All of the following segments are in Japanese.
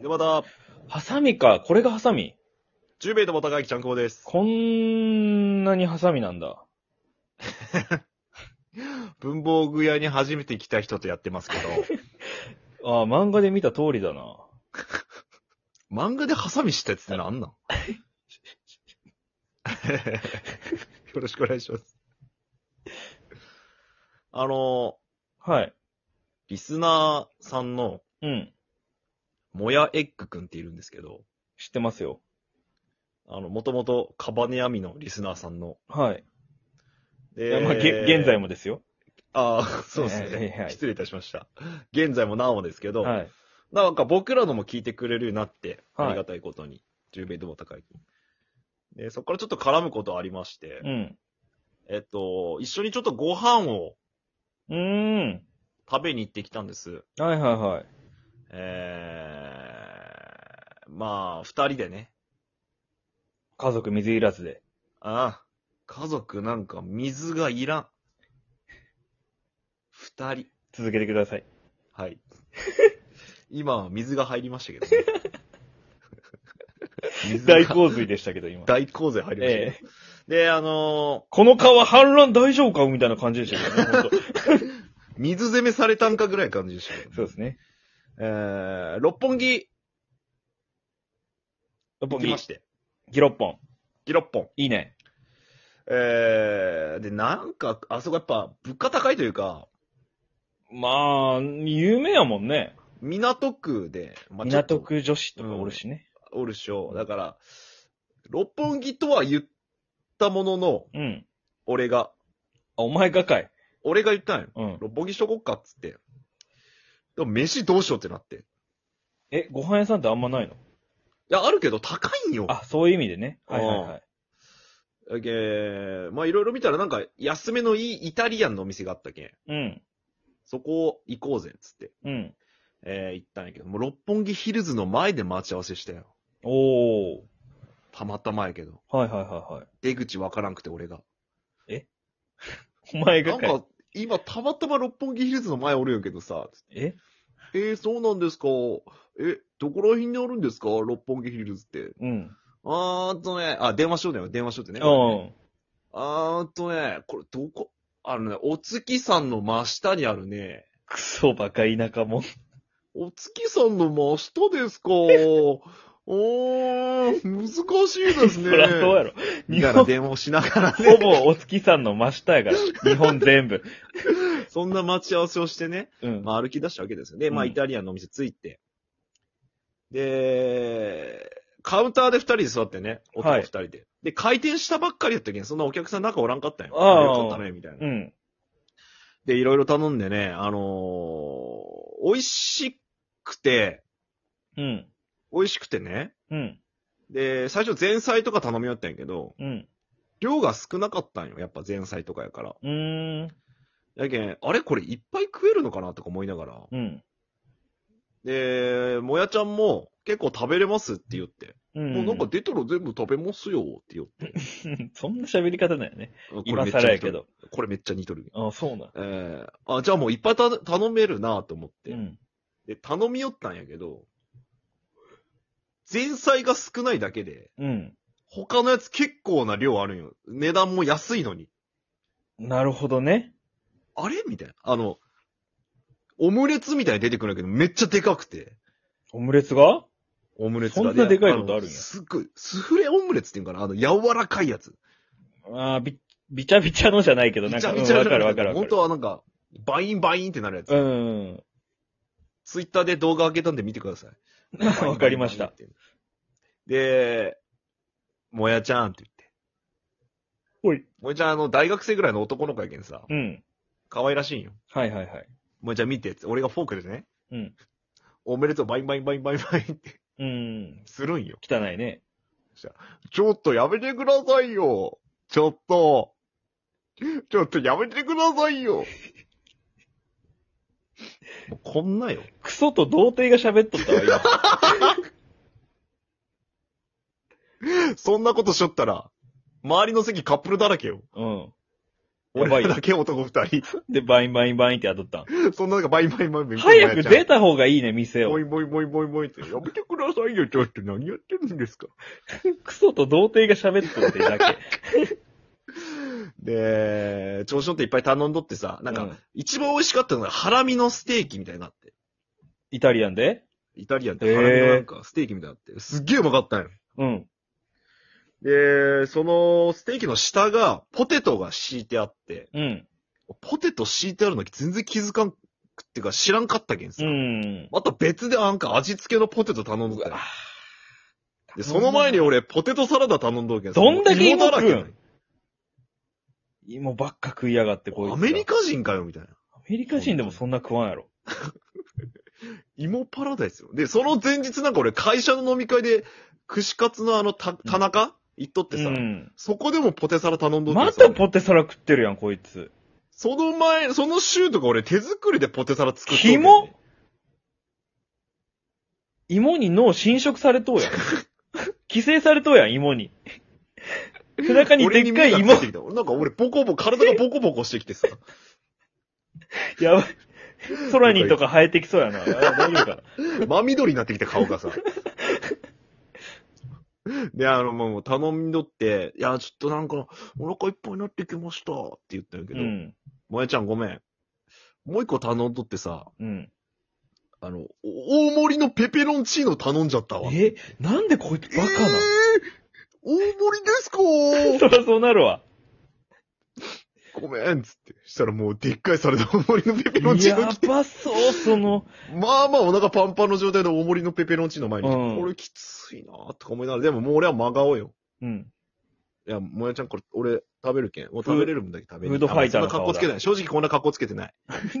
山田、ハサミか。これがハサミ。 10名とも高木ちゃんこです。こんなにハサミなんだ。文房具屋に初めて来た人とやってますけ ど、ああ、漫画で見た通りだな。漫画でハサミしたやつってなん なんよろしくお願いします。あの、はい。リスナーさんの、うん。もやエッグくんっているんですけど、知ってますよ。あの、もともと、カバネアミのリスナーさんの。はい。いでやまあ、げ、現在。もですよ。ああ、そうですはいはいはね。い失礼いたしました。現在もなおですけど、はい。なんか僕らのも聞いてくれるようになって、はいありがたいことに、10名でも高い。で、そこからちょっと絡むことありまして、うん。えっと、一緒にちょっとご飯をうーん。食べに行ってきたんです。はいはいはい。えー、まあ、二人でね。家族水いらずで。ああ、家族なんか水がいらん。二人。続けてください。はい。今は水が入りましたけ ど、ね、水が 大洪水でしたけど、今。大洪水入りましたけど、ええで、あのーこの川氾濫大丈夫かみたいな感じでしたけど ね、ほんと水攻めされたんかぐらい感じでしたけど、そうですね。えー、六本木六行本きま木し。て。ギロッポン。ギロッポン。いいね。えー、で、なんか、あそこやっぱ、物価高いというか、まあ、有名やもんね。港区で、まあ、港ちょっ区女子とかおるしね。とおるっしょ。だから、六本木とは言ったものの、うん。俺が、あ、お前がかい。俺が言ったんよ。うん。六本木しとこっかっつって。でも、飯どうしようってなって。いえ、ご飯屋さんってあんまないのや、あるけど、高いんよ。あ、そういう意味でね。はいはいはい。えー、まあ、いろいろ見たら、なんか、安めのいいイタリアンのお店があったけん。うん。そこを行こうぜ、っつって。うん。えー行ったんやけど、もう六本木ヒルズの前で待ち合わせしたよ。おー。たまたまやけど。はいはいはいはい。出口わからんくて俺が。お前ながんかい。か、今たまたま六本木ヒルズの前おるんやけどさ、つってええー、そうなんですか。え、どこら辺にあるんですか六本木ヒルズって。うん。あーっとね、あ、電話しようだよ、電話しようってね。うん。あーっとね、これどこ、あのね、お月さんの真下にあるね、クソバカ田舎もん。お月さんの真下です か。おー、難しいですね。そらそうやろ。み日たいな本、電話をしながらね、ほぼお月さんの真下や から。日本全部。そんな待ち合わせをしてね、うん。まあ、歩き出したわけですよ。で、まあ、うんイタリアンのお店着いて、で、カウンターで二人で座ってね、男はい二人で。で、回転したばっかりやったけん、そんなお客さん中おらんかったんよ。ああよかったね、みたいなう。ん。で、いろいろ頼んでね、あのー美味しくて、うん。美味しくてね、うん。で、最初前菜とか頼みよったんやけど、うん。量が少なかったんよ、やっぱ前菜とかやから。うーん。やけん、あれこれいっぱい食えるのかなとか思いながら。うん。で、もやちゃんも結構食べれますって言って。うん。もうなんか出たら全部食べますよって言って。そんな喋り方だよね。これ今めっちゃ更や似とけるど。これめっちゃ似とる。あ、そうなえー、あ、じゃあもういっぱいた頼めるなと思って、の。うん。で、頼みよったんやけど、前菜が少ないだけで、うん。他のやつ結構な量あるんよ。値段も安いのに。なるほどね。あれみたいな。あの、オムレツみたいに出てくるんやけど、めっちゃでかくて。オムレツがオムレツそがんなでかいことあるんやのすっごい、スフレオムレツっていうんかなあの、柔らかいやつ。ああ、び、びちゃびちゃのじゃないけど、なんか、うんびわちゃびちゃかるわかるわか本る。当はなんか、バインバインってなるやつ。うん。ツイッターで動画上げたんで見てください。 わかりました。で、もやちゃんって言って。ほい。もやちゃん、あの、大学生ぐらいの男の子やけんさ、うん。可愛らしいんよ。はいはいはい。もやちゃん見てっつって、俺がフォークでね、うん。おめでとう、バインバインバインバインバインってうん。するんよ。汚いね。ちょっとやめてくださいよ。ちょっと。ちょっとやめてくださいよ。もうこんなよ。クソと童貞が喋っとったわ、今。そんなことしよったら、周りの席カップルだらけよ。うん。やばい俺よだけ男二人。 で、バインバインバインって雇ったん。そんななんかバイバイバイバイ。早く出たた方がいいね、店ボを。イボイボイボイボイって。やめてくださいよ、ちょっと何やってるんですか。クソと童貞が喋ってるってだけ。で、調子乗っていっぱい頼んどってさ、なんうか、一番美味しかったのがハラミのステーキみたいなのがあって。イタリアンでイタリアンっへてーハラミのなんかステーキみたいなのあって。すっげえうまかったんよ。うん。で、そのステーキの下がポテトが敷いてあって、うん。ポテト敷いてあるの全然気づかんくっていうか知らんかったけんさ。うん。また別でなんか味付けのポテト頼んどったよあで、その前に俺、ポテトサラダ頼んどるけどどんだけ芋食うんだらけ芋ばっか食いやがって、こいなついら。アメリカ人かよ、みたいな。アメリカ人でもそんな食わんやろ。芋パラダイスよ。で、その前日なんか俺、会社の飲み会で、串カツのあの、た、田中、行っとってうさ、ん。そこでもポテサラ頼んどってまさ、たポテサラ食ってるやん、こいつ。その前、その週とか俺、手作りでポテサラ作ってキモ芋に脳侵食されとう やん。寄生されとうやん、芋に。背中に俺でっかい耳芋がつ。てきたなんか俺、ボコボコ、体がボコボコしてきてさ。やばい。空にとか生えてきそうや な。あ大丈夫か な。真緑になってきて顔 がさ。で、あの、もう頼み取って、いや、ちょっとなんか、お腹いっぱいになってきましたって言ったんやけうど、ん。もやちゃんごめん。もう一個頼んとってさ、うん。あの、お大盛りのペペロンチーノ頼んじゃったわ。え、なんでこいつバカなえー大盛りですかの そりゃそうなるわ。ごめんっつって。したらもう、でっかいサラダ大盛りのペペロンチーやノ来て。ばそう、その、まあまあお腹パンパンの状態で大盛りのペペロンチーノ前に来て、うんこれきついなとか思いながら、でももう俺は真顔よ。うん。いや、もやちゃんこれ、俺、食べるけん。もう食べれる分だけ食べる。フードファイターのそんな格好つけてない。正直こんな格好つけてない。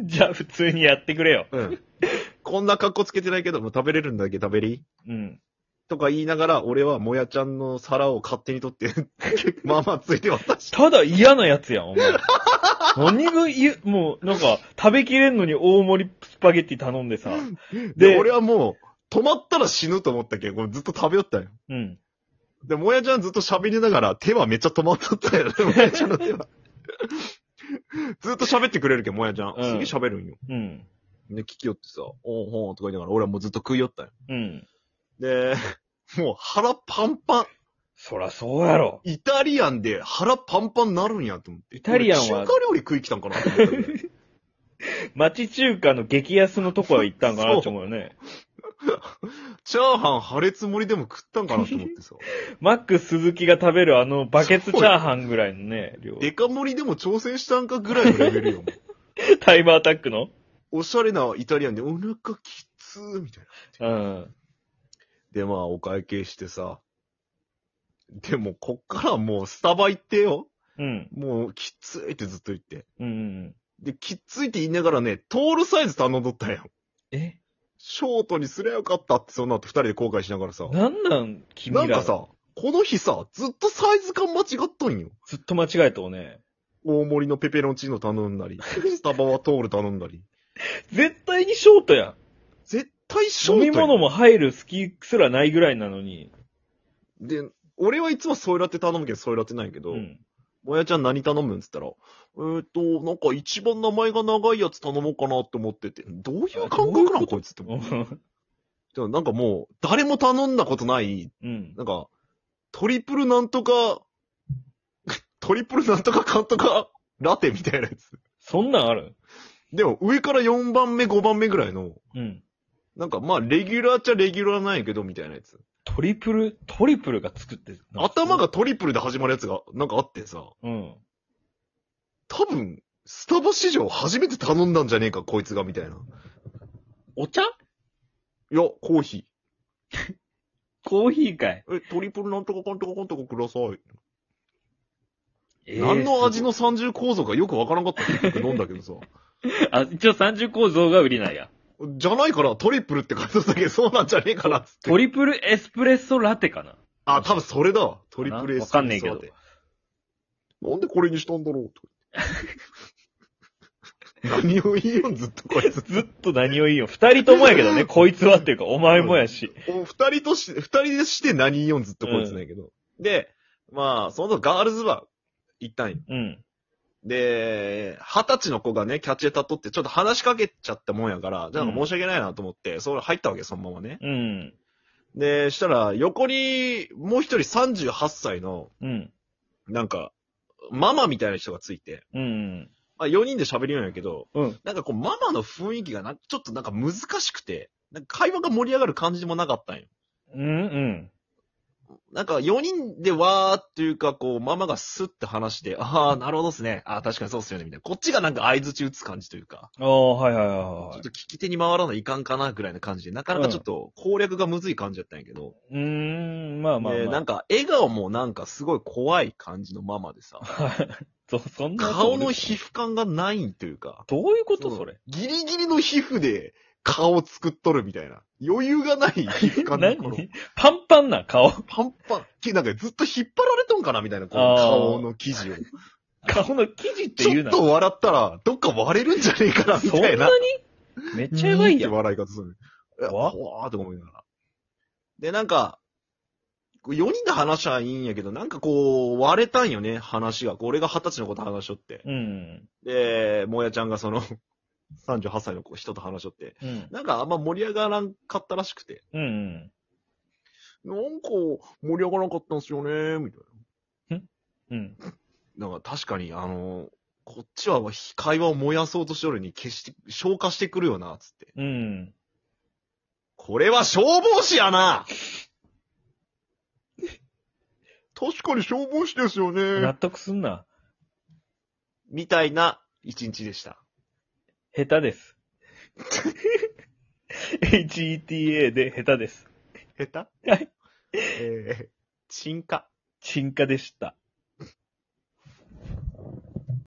じゃあ普通にやってくれよ。うん。 こんな格好つけてないけど、もう食べれるんだけ食べりうん。とか言いながら、俺はもやちゃんの皿を勝手に取って、 まあまあついて渡した。ただ嫌なやつやん、お 前。何が言う、もう、なんか、食べきれんのに大盛りスパゲッティ頼んでさ。で、で俺はもう、止まったら死ぬと思ったけん、これずっと食べよったよ。うん。で、もやちゃんずっと喋りながら、手はめっちゃ止まっとったよ、 ね。もやちゃんの手は。ずっと喋ってくれるけん、もやちゃん。うんすげえ喋るんよ。うん。で、聞きよってさ、おんほんとか言いながら、俺はもうずっと食いよったよ。うん。で、 もう腹パンパン。そらそうやろ。イタリアンで腹パンパンなるんやと思って。イタリアンは中華料理食い来たんかなと思ったけど 町中華の激安のとこは行ったんかなって思うよね。チャーハン破裂盛りでも食ったんかなと思ってさ。マック鈴木が食べるあのバケツチャーハンぐらいのね、量。デカ盛りでも挑戦したんかぐらいのレベルよ。もタイムアタックのうお しゃれなイタリアンでお腹きつーみたいな。うん。で、まあお会計してさ。でも、こっからはもうスタバ行ってよ。うん。もうきついってずっと言って。うんうん。で、きついって言いながらね、トールサイズ頼んどったんよ。えショートにすりゃよかったって、その後二人で後悔しながらさ。なんなん君なら。んか、さ、この日さ、ずっとサイズ感間違っとんよ。ずっと間違えとうね。大盛りのペペロンチーノ頼んだ り、スタバはトール頼んだり。絶対にショートやん。絶対ショ飲みートやん物も入る隙すらないぐらいなのに。で、俺はいつもソイラテ頼むけど、ソイラテないけど、うん。 もやちゃん何頼むんつったら、えーっ、と、なんか一番名前が長いやつ頼もうかなって思ってて、どういう感覚なあどういうこんとこいつって思って。でもなんかもう、誰も頼んだことない、うん。なんか、トリプルなんとか、トリプルなんとかかんとか、ラテみたいなやつ。そんなんあるでも、上から4番目、5番目ぐらいの、うん。なんかまあ、レギュラーっちゃレギュラーなんやけど、みたいなやつ。トリプル、トリプルがつくって。頭。がトリプルで始まるやつが、なんかあってさ、うん。多分、スタバ史上初めて頼んだんじゃねえか、こいつが、みたいな。お茶いや、コーヒコーヒーかい。ー。え、トリプルなんとかかんとかかんとかください。えー何の味の30構造かよくわからんかった結局飲んだけどさ。あ、一応30構造が売りなんや。じゃないから、トリプルって書いてあったけど、そうなんじゃねえかな、つって。トリプルエスプレッソラテかな。あ、多分それだわ。トリプルエスわかんねえけど。なんでこれにしたんだろうとか 言って。何を言いよん、ずっとこいつ。ずっと何を言いよ。二人ともやけど ね、こいつはっていうか、お前もやし。お二人とし、二人でして何言いよん、ずっとこいつなんやけど。で、まあ、その後ガールズバー行ったんよ。うん。で、二十歳の子がね、キャッチエタ取って、ちょっと話しかけちゃったもんやから、じゃあなんか申し訳ないなと思って、それ入ったわけ、そのままね。うん。で、したら、横に、もう一人38歳の、うん。なんか、ママみたいな人がついて、うん。まあ、4人で喋るんやけど、うん。なんかこう、ママの雰囲気がな、ちょっとなんか難しくて、なんか会話が盛り上がる感じもなかったんよ。うん。うん。なんか4人でわーっていうか、こう、ママがスッて話して、ああ、なるほどっすね。ああ、確かにそうっすよね。みたいな。こっちがなんか合図打つ感じというか、ああ、はいはいはいちょはっと聞き手に回らないかんかな、ぐらいな感じで、なかなかちょっと攻略がむずい感じだったんやけど、い。うーん、まあまあでまあ。なんか笑顔もなんかすごい怖い感じのママでさ、はい。 そ、そんな。顔の。皮膚感がないというか、どういうことそれ。ギリギリの皮膚で顔作っとるみたいな。余裕 がない皮膚感の何頃。パンパンな顔。 パンパン。けなんかずっと引っ張られとんかなみたいな、このあー顔の生地を。顔の生地ってち言ょうっな。と笑ったら、どっか割れるんじゃねえかなみそんたいななに。めっちゃやばういやんん。って笑い方する。え怖っ怖ーって思いながら。で、なんか、4人で話はいいんやけど、なんかこう、割れたんよね、話が。こう俺が20歳の子と話しとって。うん。で、もやちゃんがその、38歳の子人と話しとって。うん。なんかあんま盛り上がらんかったらしくて。うん。なんか、盛り上がらなかったんすよね、みたいうん。な。なんか確かに、あの、こっちは会話を燃やそうとしておるに消して、消化してくるよな、つって。うん。これは消防士やな確かに消防士ですよ納ね。得すんな。みたいな一日でした。下手です。HETA で下手です。下手はい。えー、沈下。沈下でした。